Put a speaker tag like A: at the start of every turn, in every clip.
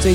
A: 最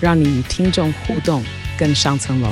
A: 让你与听众互动更上层楼。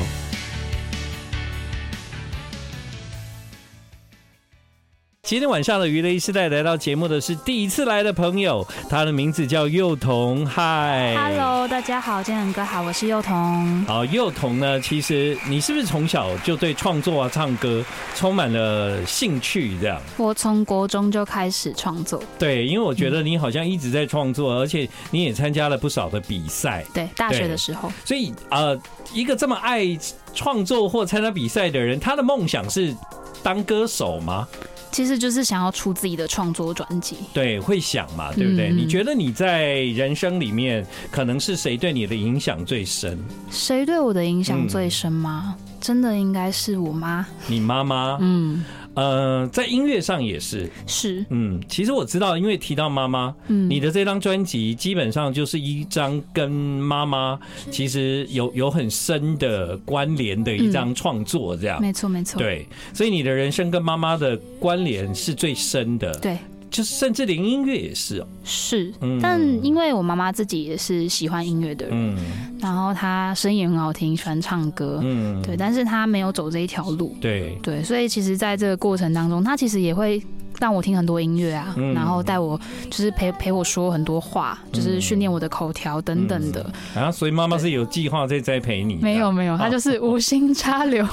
B: 今天晚上的娱乐一时代来到节目的是第一次来的朋友，他的名字叫幼童，嗨
C: Hello，大家好，建恒哥好，我是幼童。
B: 好，幼童呢，其实你是不是从小就对创作啊、唱歌充满了兴趣？这样
C: 我从国中就开始创作，
B: 对，因为我觉得你好像一直在创作，而且你也参加了不少的比赛，
C: 对，大学
B: 对
C: 的时候，
B: 所以呃，一个这么爱创作或参加比赛的人，他的梦想是当歌手吗？
C: 其实就是想要出自己的创作专辑。
B: 对，会想嘛，对不对？
C: 嗯
B: 你觉得你在人生里面，可能是谁对你的影响最深？
C: 谁对我的影响
B: 嗯
C: 最深吗？真的应该是我妈。
B: 你妈妈？
C: 嗯，
B: 呃，在音乐上也是，
C: 是，
B: 嗯，其实我知道，因为提到妈妈，
C: 嗯，
B: 你的这张专辑基本上就是一张跟妈妈其实有有很深的关联的一张创作，这样。
C: 嗯没错没错，
B: 对，所以你的人生跟妈妈的关联是最深的，
C: 对
B: 就是甚至连音乐也是哦。
C: 是。
B: 嗯
C: 但因为我妈妈自己也是喜欢音乐的人，
B: 嗯
C: 然后她声音也很好听，喜欢唱歌，
B: 嗯，
C: 对，但是她没有走这一条路，
B: 对
C: 对，所以其实在这个过程当中，他其实也会让我听很多音乐啊，
B: 嗯
C: 然后带我就是陪陪我说很多话，
B: 嗯
C: 就是训练我的口条等等的。
B: 然后啊所以妈妈是有计划在栽培你，
C: 没有没有，他就是无心插 柳。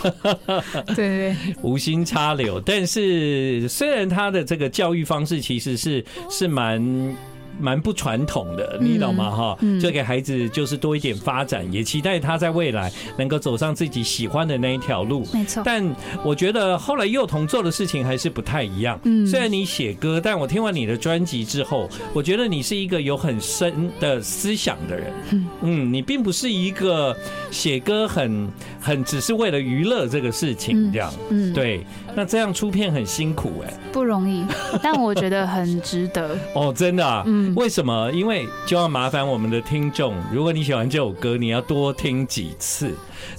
C: 对对对，
B: 无心插柳，但是虽然他的这个教育方式其实是是蛮。蛮不传统的，
C: 嗯
B: 你懂吗？哈、
C: 嗯
B: 就给孩子就是多一点发展，也期待他在未来能够走上自己喜欢的那一条路。
C: 没错。
B: 但我觉得后来幼童做的事情还是不太一样。
C: 嗯
B: 虽然你写歌，但我听完你的专辑之后，我觉得你是一个有很深的思想的人。嗯
C: 嗯
B: 你并不是一个写歌很很只是为了娱乐这个事情这样。
C: 嗯，
B: 对，那这样出片很辛苦哎、
C: 不 容易，但我觉得很值得。
B: 哦，真的啊。
C: 嗯，
B: 为什么？因为就要麻烦我们的听众，如果你喜欢这首歌，你要多听几次，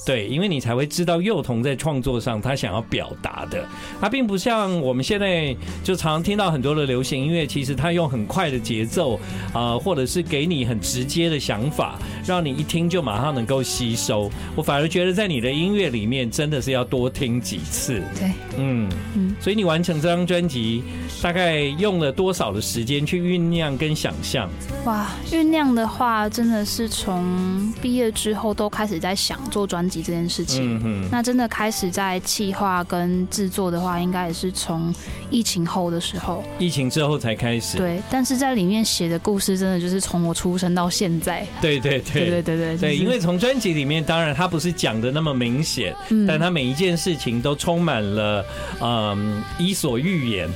B: 对，因为你才会知道幼童在创作上他想要表达的，他并不像我们现在就常听到很多的流行音乐，其实他用很快的节奏，啊，或者是给你很直接的想法，让你一听就马上能够吸收。我反而觉得在你的音乐里面，真的是要多听几次。
C: 对，
B: 嗯
C: 嗯，
B: 所以你完成这张专辑，大概用了多少的时间去酝酿跟想象？
C: 哇，酝酿的话真的是从毕业之后都开始在想做专辑这件事情。
B: 嗯哼，
C: 那真的开始在企划跟制作的话，应该也是从疫情后的时候，
B: 疫情之后才开始。
C: 对。但是在里面写的故事，真的就是从我出生到现在，
B: 对对
C: 对对
B: 对。
C: 对
B: 对，
C: 对，就是
B: 因为从专辑里面，当然它不是讲的那么明显，
C: 嗯
B: 但它每一件事情都充满了，嗯，伊索寓言，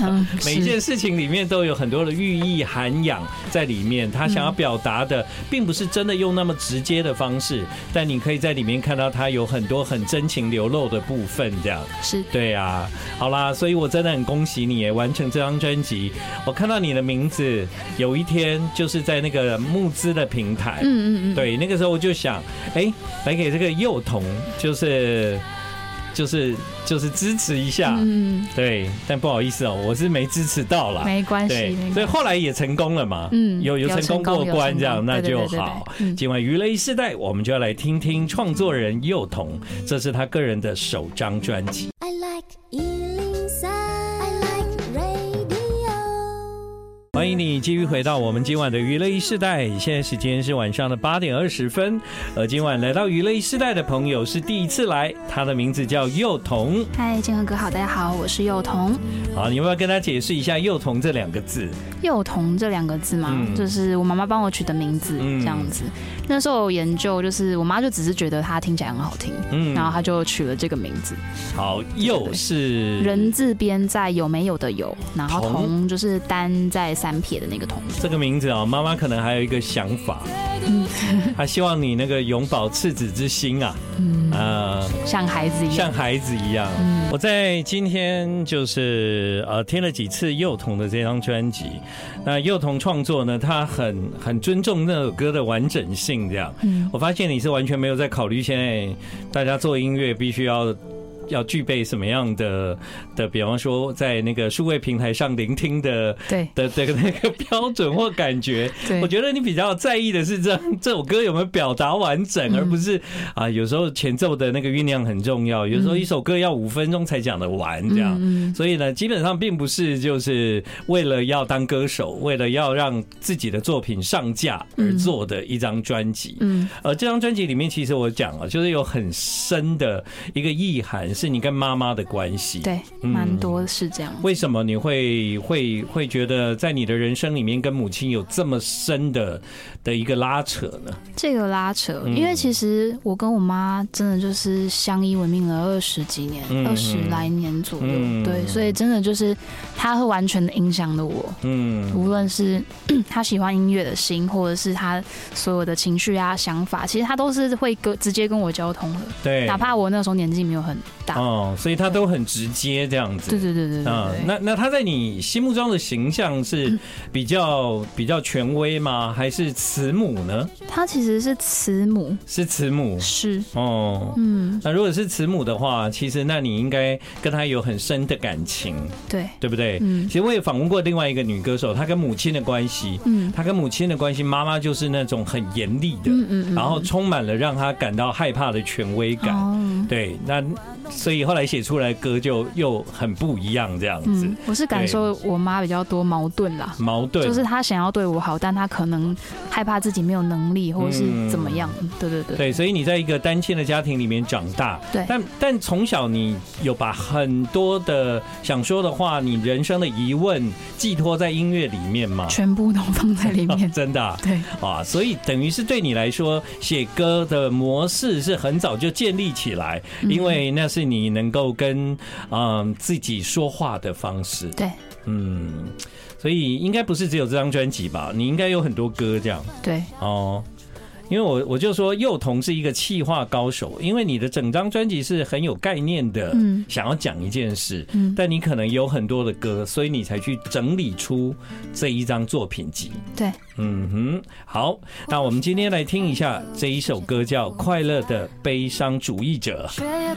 C: 嗯
B: 每一
C: 是
B: 件事情里面都有很多的寓意涵养在里面。他想要表达的，并不是真的用那么直接的方式，但你可以在里面看到他有很多很真情流露的部分，这样。
C: 是
B: 对啊，好啦，所以我真的很恭喜你耶完成这张专辑。我看到你的名字，有一天就是在那个募资的平台，
C: 嗯嗯嗯，
B: 对，那个时候我就想，哎、来给这个幼童，就是就是就是支持一下，
C: 嗯嗯
B: 对，但不好意思哦、我是没支持到啦
C: 嗯，。没关系，
B: 啊对
C: 没，
B: 所以
C: 关系
B: 后来也成功了嘛，
C: 嗯
B: 有有成功过
C: 有
B: 关
C: 成
B: 这样，
C: 功
B: 那
C: 对
B: 就
C: 对对对
B: 好。
C: 嗯
B: 今晚娱乐一世代，我们就要来听听创作人幼童，这是他个人的首张专辑。
D: I like Ealing Sound. I like radio.
B: 欢迎你继续回到我们今晚的娱乐一世代，现在时间是晚上的八点二十分。而今晚来到娱乐一世代的朋友是第一次来，他的名字叫幼童。
C: 嗨，建和哥好，大家好，我是幼童。
B: 好，你要不要跟他解释一下“幼童”这两个字？
C: 幼童这两个字嘛，
B: 嗯
C: 就是我妈妈帮我取的名字，
B: 嗯
C: 这样子。那时候有研究，就是我妈就只是觉得它听起来很好听，
B: 嗯
C: 然后她就取了这个名字。
B: 好，幼是
C: 人字边在有没有的有，然后
B: 同
C: 同就是单在三撇的那个同学。
B: 这个名字哦，妈妈可能还有一个想法，她希望你那个永葆赤子之心啊，呃，
C: 像孩子一样，
B: 像孩子一样。我在今天就是呃贴了几次幼童的这张专辑，那幼童创作呢，他很很尊重那首歌的完整性，这样。我发现你是完全没有在考虑现在大家做音乐必须要。要具备什么样的的，比方说在那个数位平台上聆听的
C: 对
B: 的的那个标准或感觉，
C: 对
B: 我觉得你比较在意的是这 这首歌有没有表达完
C: 嗯
B: 整，而不是啊，有时候前奏的那个酝酿很重
C: 嗯
B: 要，有时候一首歌要五分钟才讲得完这样。所以呢，基本上并不是就是为了要当歌手，为了要让自己的作品上架而做的一张专辑。
C: 嗯，
B: 呃，这张专辑里面其实我讲了，就是有很深的一个意涵，是你跟妈妈的关系。。
C: 对，
B: 嗯
C: 蛮多是这样。
B: 为什么你会会会觉得在你的人生里面跟母亲有这么深的的一个拉扯呢？
C: 这个拉扯，
B: 嗯
C: 因为其实我跟我妈真的就是相依为命了二十几年
B: 嗯，
C: 二十、来年左右，
B: 嗯
C: 对，所以真的就是她会完全的影响了我，
B: 嗯
C: 无论是 她喜欢音乐的心，或者是她所有的情绪啊、想法，其实她都是会跟直接跟我交通的，
B: 对，
C: 哪怕我那时候年纪没有很大，
B: 哦，所以他都很直接这样子。
C: 对对对对对
B: 啊、
C: 对
B: 那那他在你心目中的形象是比较比较权威吗？还是慈母呢？
C: 她其实是慈母，
B: 是慈母
C: 是，
B: 哦。
C: 嗯，
B: 那如果是慈母的话，其实那你应该跟他有很深的感情，
C: 对，
B: 对不对？
C: 嗯
B: 其实我也访问过另外一个女歌手，她跟母亲的关系，
C: 嗯
B: 她跟母亲的关系，妈妈就是那种很严厉的，
C: 嗯嗯嗯，
B: 然后充满了让她感到害怕的权威感。
C: 哦，
B: 对，那所以后来写出来的歌就又很不一样，这样子、
C: 嗯，我是感受我妈比较多矛盾啦。
B: 矛盾。
C: 就是他想要对我好，但他可能害怕自己没有能力，或者是怎么样。对对对，
B: 嗯对，所以你在一个单亲的家庭里面长大，
C: 对
B: 但但从小你有把很多的想说的话，你人生的疑问寄托在音乐里面吗？
C: 全部都放在 里面。
B: 真的啊
C: 对，
B: 啊所以等于是对你来说，写歌的模式是很早就建立起来，
C: 嗯
B: 因为那是你能够跟嗯、自己说话的方式。
C: 对，
B: 嗯，所以应该不是只有这张专辑吧？你应该有很多歌这样。
C: 对，
B: 哦，因为我我就说幼童是一个气化高手，因为你的整张专辑是很有概念的，
C: 嗯
B: 想要讲一件事，
C: 嗯，
B: 但你可能有很多的歌，所以你才去整理出这一张作品集。
C: 对，
B: 嗯哼，好，那我们今天来听一下这一首歌，叫《快乐的悲伤主义者》。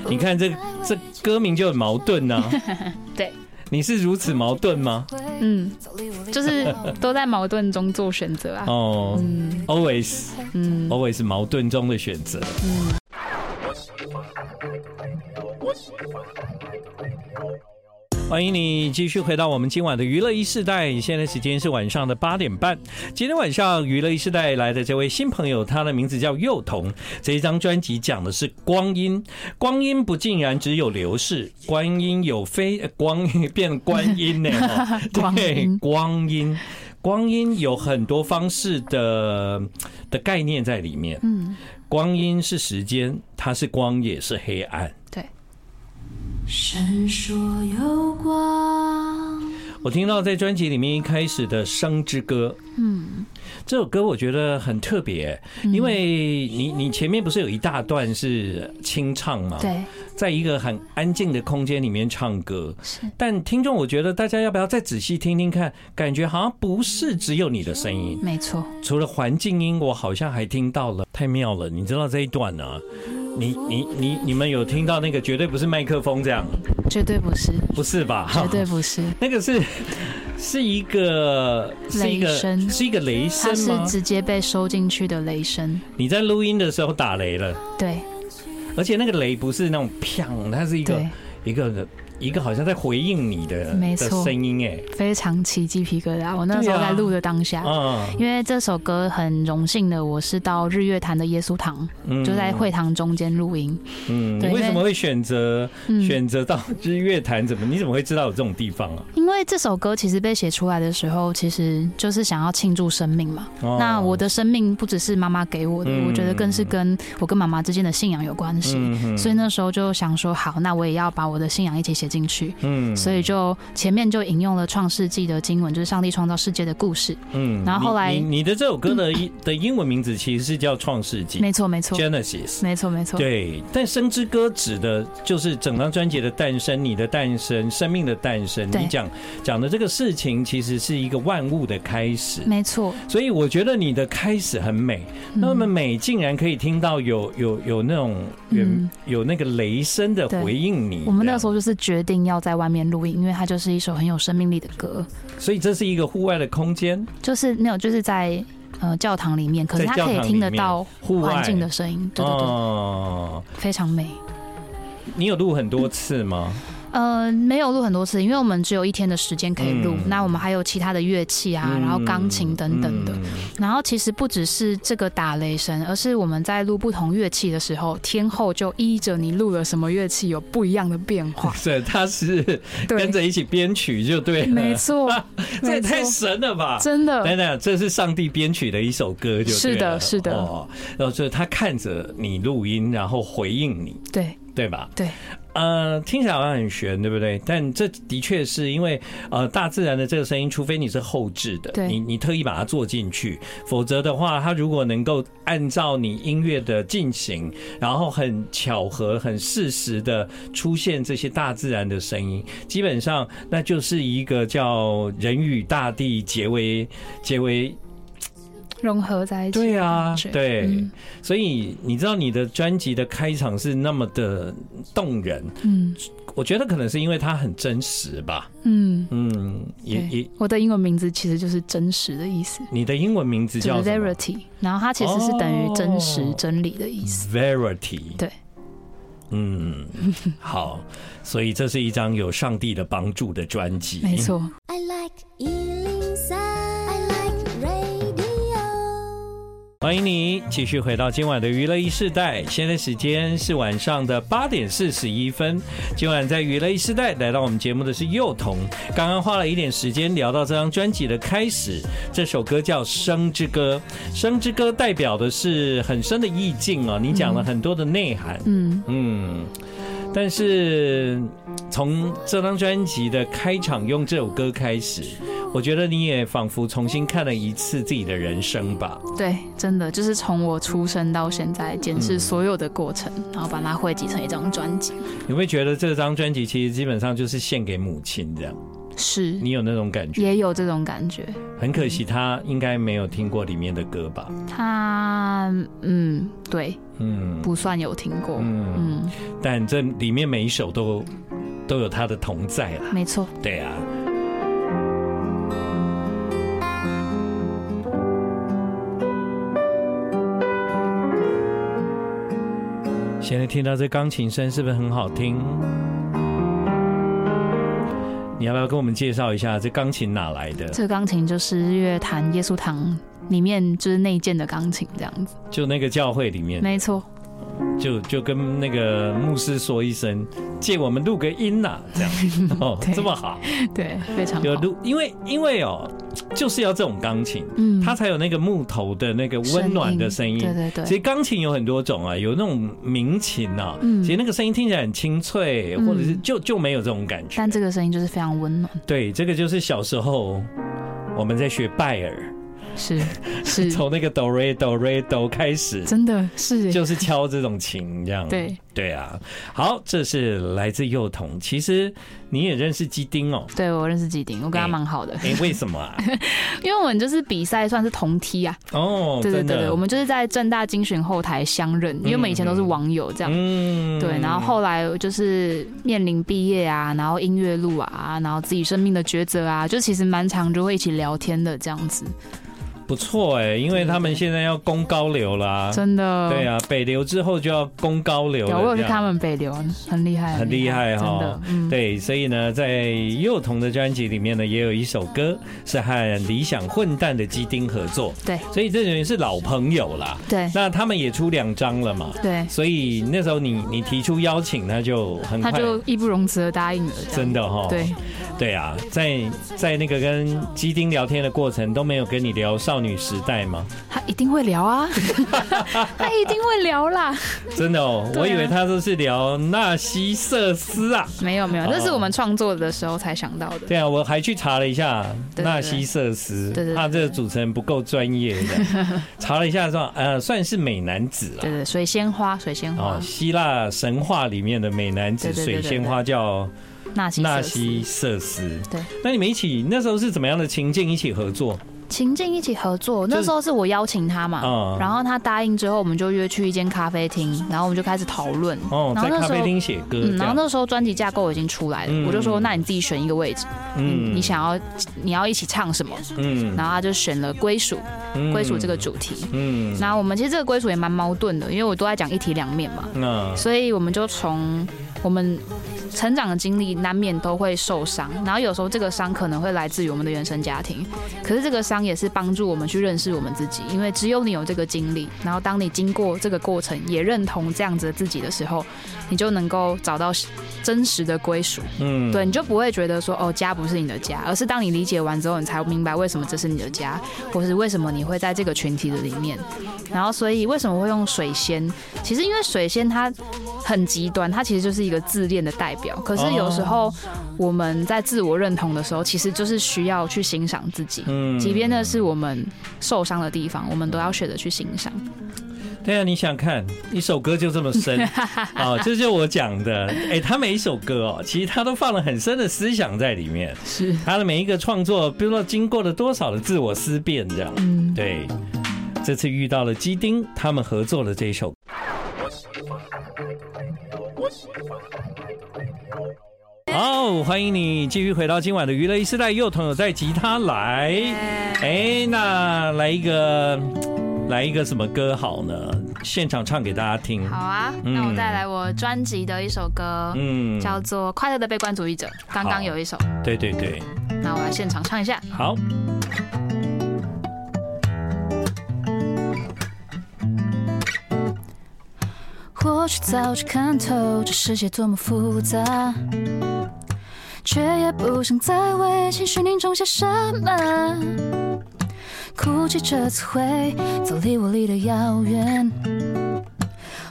B: 你看这这歌名就很矛盾啊呢、
C: 对，
B: 你是如此矛盾吗？
C: 嗯，就是都在矛盾中做选择啊。
B: 哦、
C: 嗯
B: a l w a y s
C: 嗯
B: always 矛盾中的选择。欢迎你继续回到我们今晚的娱乐一世代，现在时间是晚上的八点半。今天晚上娱乐一世代来的这位新朋友，他的名字叫幼童。这一张专辑讲的是光阴，光阴不竟然只有流逝，光阴有飞，呃光变观音 呢、哦
C: 光
B: 对
C: 阴，
B: 光阴，光阴有很多方式的的概念在里面。
C: 嗯，
B: 光阴是时间，它是光，也是黑暗。
C: 对，
E: 闪烁有光，
B: 我听到在专辑里面一开始的《生之歌》，
C: 嗯，
B: 这首歌我觉得很特别，因为你你前面不是有一大段是清唱嘛？，
C: 对，
B: 在一个很安静的空间里面唱歌。
C: 是，
B: 但听众，我觉得大家要不要再仔细听听看？感觉好像不是只有你的声音，
C: 没错，
B: 除了环境音，我好像还听到了，太妙了！你知道这一段呢、你你你你们有听到那个绝对不是麦克风这样，
C: 绝对不是，
B: 不是吧？
C: 绝对不是，
B: 那个是 是一个是一
C: 雷
B: 个
C: 声
B: 是一个雷
C: 它
B: 声
C: 是
B: 吗？
C: 直接被收进去的雷声。
B: 你在录音的时候打雷了，
C: 对
B: 而且那个雷不是那种砰，它是一个
C: 对，
B: 一个一个好像在回应你的
C: 没
B: 的
C: 错
B: 声音哎，
C: 非常起鸡皮疙瘩。我那时候
B: 对啊
C: 在录的当下，
B: 嗯
C: 因为这首歌很荣幸的，我是到日月潭的耶稣堂，
B: 嗯
C: 就在会堂中间录音。
B: 嗯，你
C: 对
B: 为
C: 因为
B: 什么会选择
C: 嗯
B: 选择到日月潭？怎么你怎么会知道有这种地方啊？
C: 因为这首歌其实被写出来的时候，其实就是想要庆祝生命嘛。
B: 哦
C: 那我的生命不只是妈妈给我的，
B: 嗯
C: 我觉得更是跟我跟妈妈之间的信仰有关系。
B: 嗯哼
C: 所以那时候就想说，好，那我也要把我的信仰一起写写进去，
B: 嗯
C: 所以就前面就引用了创世纪的经文，就是上帝创造世界的故事。
B: 嗯
C: 然后后来
B: 你你你的这首歌的英的英文名字其实是叫《创世纪》
C: 没错，没错，
B: （Genesis）。
C: 没错，没错。
B: 对，但《生之歌》指的就是整张专辑的诞生，你的诞生，生命的诞生。
C: 对
B: 你讲讲的这个事情，其实是一个万物的开始。
C: 没错，嗯
B: 所以我觉得你的开始很美，那么美竟然可以听到有有有那种有、
C: 嗯
B: 有那个雷声的回应你。
C: 我们那个
B: 这
C: 时候就是决定要在外面录音，因为它就是一首很有生命力的歌，
B: 样，所以这是一个户外的空间，
C: 就是没有就是在呃教堂里面，可是
B: 在
C: 它
B: 教
C: 可以
B: 堂
C: 听得
B: 里面
C: 到
B: 户外嗯
C: 环境的声音，对对对，
B: 哦，
C: 非常美。
B: 你有录很多次吗？
C: 呃，没有录很多次，因为我们只有一天的时间可以录。
B: 嗯
C: 那我们还有其他的乐器啊，然后钢琴等等的。
B: 嗯。
C: 然后其实不只是这个打雷声，而是我们在录不同乐器的时候，天后就依着你录了什么乐器有不一样的变化
B: 是，他是
C: 对
B: 跟，着一起编曲就对了，，
C: 没错
B: 这也
C: 没
B: 太
C: 错，
B: 神了吧！
C: 真 的
B: 等等，这是上帝编曲的一首歌就对
C: 是的
B: 了
C: 是的
B: 哦，然后就是他看着你录音，然后回应你，
C: 对
B: 对吧？
C: 对，
B: 呃，听起来好像很悬，对不对？但这的确是因为呃，大自然的这个声音，除非你是后置的，
C: 对
B: 你你特意把它做进去，否则的话，它如果能够按照你音乐的进行，然后很巧合、很适时的出现这些大自然的声音，基本上那就是一个叫人与大地结为结为
C: 融合在一起。
B: 对啊
C: 感，觉
B: 对，
C: 嗯
B: 所以你知道你的专辑的开场是那么的动人，
C: 嗯
B: 我觉得可能是因为它很真实吧。
C: 嗯，
B: 嗯，也
C: 对
B: 也，
C: 我的英文名字其实就是真实的意思
B: 你的英文名字叫什么
C: ，verity，然后它其实是等于真实、
B: 哦
C: 真理的意思。
B: ？Verity。
C: 对。
B: 嗯，好，所以这是一张有上帝的帮助的专辑。
C: 没。错，
D: I like Ealing Sound. I like radio.
B: 欢迎你继续回到今晚的娱乐一世代，现在时间是晚上的八点四十一分。今晚在娱乐一世代来到我们节目的是幼童，刚刚花了一点时间聊到这张专辑的开始，这首歌叫《生之歌》，《生之歌》代表的是很深的意境哦，你讲了很多的内涵，
C: 嗯，
B: 嗯。但是从这张专辑的开场用这首歌开始，我觉得你也仿佛重新看了一次自己的人生吧。
C: 对，真的就是从我出生到现在，检
B: 嗯
C: 视所有的过程，然后把它汇集成一张专辑。
B: 你会觉得这张专辑其实基本上就是献给母亲这样，
C: 是，
B: 你有那种感觉？
C: 也有这种感觉。
B: 很可惜，她应该没有听过里面的歌吧？
C: 他，嗯，对，
B: 嗯
C: 不算有听过。
B: 嗯，
C: 嗯，
B: 但这里面每一首都都有她的同在啦。
C: 没错，
B: 对啊，现在听到这钢琴声是不是很好听？你要不要跟我们介绍一下这钢琴哪来的？
C: 这个钢琴就是日月潭耶稣堂里面就是内建的钢琴这样子。
B: 就那个教会里面，
C: 没错，
B: 就就跟那个牧师说一声，借我们录个音呐、这 样哦，
C: 对
B: 这么好，
C: 对，非常
B: 有
C: 好。
B: 录，因为因为哦，就是要这种钢琴，
C: 嗯
B: 它才有那个木头的那个温暖的声音。
C: 对对
B: 其
C: 对，
B: 实钢琴有很多种啊，有那种民琴啊，
C: 嗯
B: 其实那个声音听起来很清脆，
C: 嗯
B: 或者是就就没有这种感觉。
C: 但这个声音就是非常温暖。
B: 对，这个就是小时候我们在学拜耳，
C: 是 是，
B: 从那个哆瑞哆瑞哆开始，
C: 真的是耶，
B: 就是敲这种琴这样。
C: 对
B: 对啊，好，这是来自幼童。其实你也认识基丁哦，
C: 对，我认识基丁，我跟他
B: 哎
C: 蛮好的。
B: 哎、 为什么啊？
C: 因为我们就是比赛算是同梯啊，
B: 哦，
C: 对对
B: 真的
C: 对对，我们就是在正大精选后台相认，因为我们以前都是网友这样。
B: 嗯
C: 对，然后后来就是面临毕业啊，然后音乐路啊，然后自己生命的抉择啊，就其实蛮常就会一起聊天的这样子，
B: 不错哎、因为他们现在要攻高流啦、
C: 真的。
B: 对啊，北流之后就要攻高流
C: 有，
B: 了，
C: 我
B: 这
C: 有去
B: 样
C: 看他。们北流，很厉害，
B: 很厉害
C: 真
B: 哈
C: 的，嗯，
B: 对，所以呢，在幼童的专辑里面呢，也有一首歌是和理想混蛋的基丁合作，
C: 对
B: 所以这等于是老朋友啦。
C: 对
B: 那他们也出两张了嘛，
C: 对，
B: 所以那时候你你提出邀请，他就很
C: 他
B: 快，
C: 就义不容辞的答应了，这样
B: 真的哦哈，
C: 对，
B: 对啊，在在那个跟基丁聊天的过程都没有跟你聊上少女时代吗？
C: 他一定会 聊啊，他一定会聊啦。
B: 真的哦，
C: 对啊
B: 我以为他都是聊纳西瑟斯啊。
C: 没有没有，
B: 哦
C: 那是我们创作的时候才想到的。
B: 对啊，我还去查了一下
C: 对对
B: 纳西瑟斯，
C: 对对对
B: 怕这个主持人不够专业 的，查了一下说，呃，算是美男子啦
C: 对。对，水仙花，水仙花
B: 哦，，希腊神话里面的美男子
C: 对对对
B: 水
C: 对
B: 仙花叫
C: 纳西
B: 纳
C: 瑟斯
B: 西瑟斯。
C: 对，
B: 那你们一起那时候是怎么样的情境一起合作？
C: 情境一起合作，
B: 就是
C: 那时候是我邀请他嘛，
B: 嗯
C: 然后他答应之后，我们就约去一间咖啡厅，然后我们就开始讨论。
B: 哦，
C: 然
B: 在
C: 后那
B: 咖
C: 时
B: 啡
C: 候，
B: 厅写歌这
C: 嗯，然后
B: 样。
C: 那时候专辑架构已经出来了，
B: 嗯
C: 我就说，那你自己选一个位置，嗯，你想要你要一起唱什么？
B: 嗯
C: 然后他就选了归属，
B: 嗯
C: 归属这个主题。
B: 嗯，
C: 然后我们其实这个归属也蛮矛盾的，因为我都在讲一体两面嘛，
B: 那
C: 所以我们就从我们成长的经历难免都会受伤，然后有时候这个伤可能会来自于我们的原生家庭，可是这个伤也是帮助我们去认识我们自己，因为只有你有这个经历，然后当你经过这个过程，也认同这样子的自己的时候，你就能够找到真实的归属，
B: 嗯
C: 对，你就不会觉得说哦家不是你的家，而是当你理解完之后，你才明白为什么这是你的家，或是为什么你会在这个群体的里面。然后，所以为什么会用水仙？其实因为水仙它很极端，它其实就是一个自恋的代表。可是有时
B: 哦
C: 候我们在自我认同的时候，其实就是需要去欣赏自己。
B: 嗯
C: 即便那是我们受伤的地方，我们都要学着去欣赏。
B: 对啊，你想看一首歌就这么 深哦，这就是我讲的。哎，他每一首歌哦，其实他都放了很深的思想在里面。
C: 是，
B: 他的每一个创作，不知道经过了多少的自我思辨，这样。
C: 嗯，
B: 对，这次遇到了基丁，他们合作了这一首。好，欢迎你继续回到今晚的娱乐一时代，又同有带吉他来。哎，那来一个，来一个什么歌好呢？现场唱给大家听。
C: 好啊。
B: 嗯
C: 那我带来我专辑的一首歌，
B: 嗯，
C: 叫做《快乐的悲观主义者》，刚
B: 好
C: 刚有一首，
B: 对对对，
C: 那我来现场唱一下。
B: 好。
E: 或许早就看透这世界多么复杂，却也不想再为情绪凝重些什么。哭泣这次会走离我离得遥远，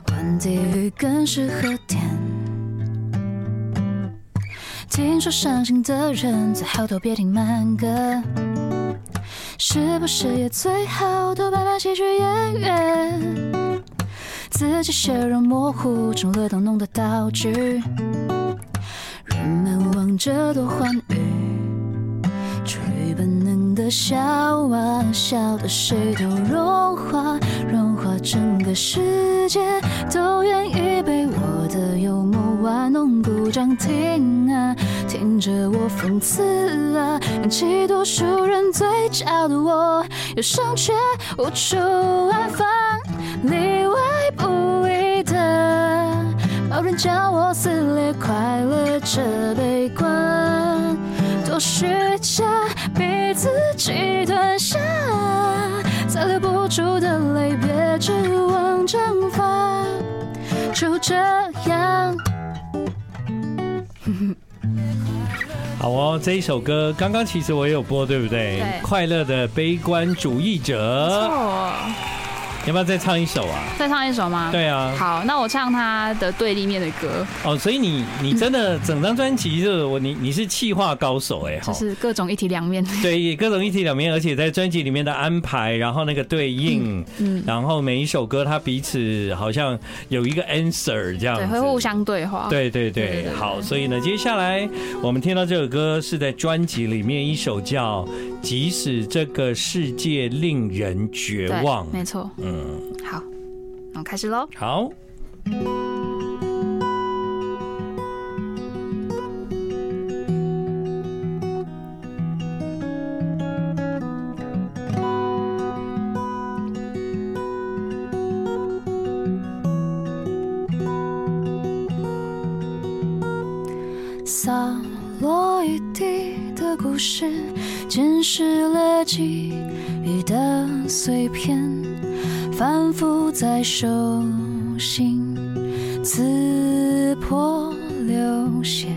E: 换地狱更适合点。听说伤心的人最好都别听慢歌，是不是也最好都拜拜喜剧演员？自己血肉模糊，成了当弄的道具。人们望着多欢愉，出于本能的笑啊，笑得谁都融化，融化整个世界，都愿意被我的幽默玩弄，鼓掌听啊，听着我讽刺啊，扬起多数人嘴角的我，忧伤却无处安放，里外不一的。有人叫我撕裂快乐这悲观，多虚假，逼自己吞下，再留不住的泪别指望蒸发，就这样。
B: 好哦，这一首歌刚刚其实我也有播，对不对？
C: 对
B: 快乐的悲观主义者，
C: 哦，
B: 要不要再唱一首啊？
C: 再唱一首吗？。
B: 对啊，
C: 好，那我唱他的对立面的歌，
B: 哦，所以你你真的整张专辑就是我你你是气化高手哎
C: 就
B: 哈。
C: 是各种一体两面。
B: 对，各种一体两面，而且在专辑里面的安排，然后那个对应，
C: 嗯，
B: 然后每一首歌它彼此好像有一个 answer 这样
C: 对，
B: 子，
C: 会互相对
F: 哦
C: 话。，
B: 对对
C: 对对
B: 对，
C: 对
B: 好，所以呢，接下来我们听到这首歌是在专辑里面一首叫《即使这个世界令人绝
C: 对
B: 望》。
C: 没错。
B: 嗯，
C: 好，那我开始喽。
B: 好，
E: 洒落一地的故事，溅湿了记忆的碎片，反复在手心刺破流血。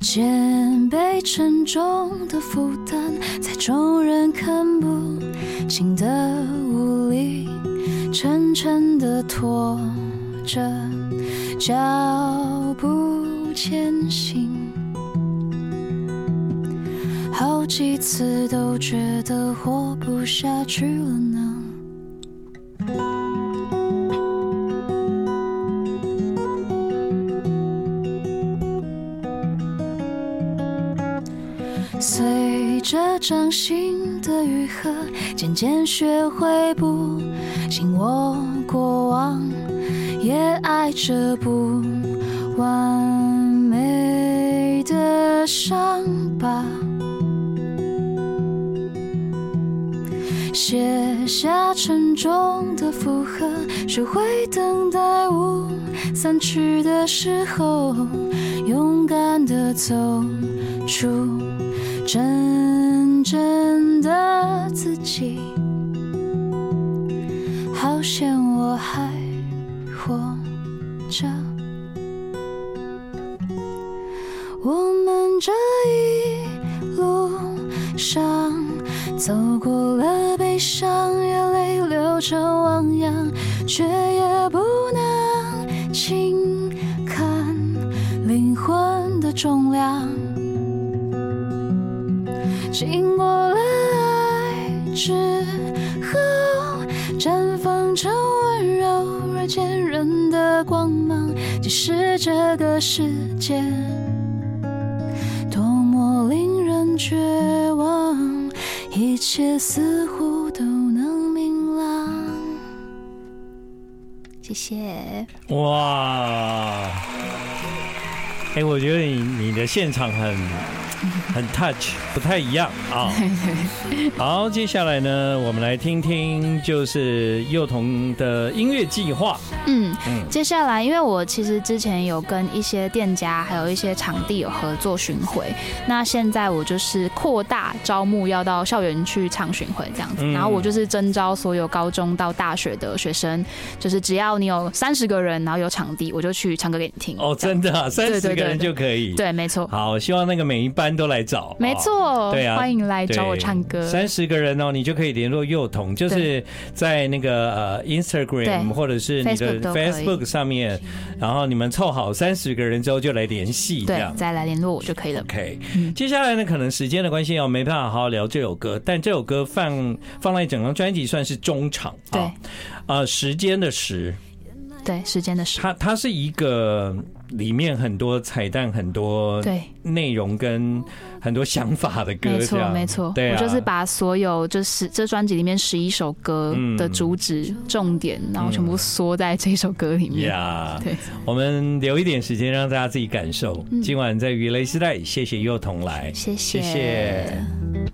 E: 肩
C: 背沉重的负担，在众人看不清的雾里，沉沉的拖着脚步前行。好几次都觉得活不下去了呢。随着掌心的愈合，渐渐学会不紧握过往，也爱着不完美的伤疤。卸下沉重的负荷，学会等待雾散去的时候，勇敢的走出。真正的自己。好险我还活着，我们这一路上走过了悲伤，眼泪流成汪洋，却也不能轻看灵魂的重量。经过了爱之后，绽放成温柔而坚韧的光芒。即使这个世界多么令人绝望，一切似乎都能明朗。谢谢。
B: 哇！哎、我觉得你你的现场很 很 touch，不太一样啊。好，接下来呢，我们来听听就是幼童的音乐计划。
F: 嗯
B: 嗯，
F: 接下来，因为我其实之前有跟一些店家，还有一些场地有合作巡回，那现在我就是扩大招募，要到校园去唱巡回这样子。
B: 嗯
F: 然后我就是征招所有高中到大学的学生，就是只要你有三十个人，然后有场地，我就去唱歌给你听。
B: 哦，真的、啊，三
F: 对
B: 十
F: 对
B: 个人就可以。
F: 对，没错，
B: 好，希望那个每一班都来找。
F: 没
B: 啊
F: 错，
B: 对啊
F: 欢迎来找我唱歌。
B: 三十个人哦，你就可以联络幼童，就是在那个呃
F: 对
B: Instagram 或者是你
F: Facebook
B: 的
F: 都可以
B: Facebook 上面，然后你们凑好三十个人之后就来联系，这
F: 对
B: 样，。
F: 再来联络我就可以了。
B: OK，、
F: 嗯
B: 接下来呢，可能时间的关系哦，没办法好好聊这首歌，但这首歌放放在整张专辑算是中场
F: 对
B: 啊，呃，时间的时，
F: 对，时间的时，
B: 它它是一个里面很多彩蛋、很多
F: 对，
B: 内容跟很多想法的歌，
F: 没
B: 这
F: 错
B: 样
F: 没错，
B: 对啊，
F: 我就是把所有就是这专辑里面十一首歌的主旨、
B: 嗯
F: 重点，然后全部缩在这首歌里面。
B: 呀
F: 对，
B: 我们留一点时间让大家自己感受。今晚在鱼雷时代，谢谢幼童来，
F: 谢
B: 谢谢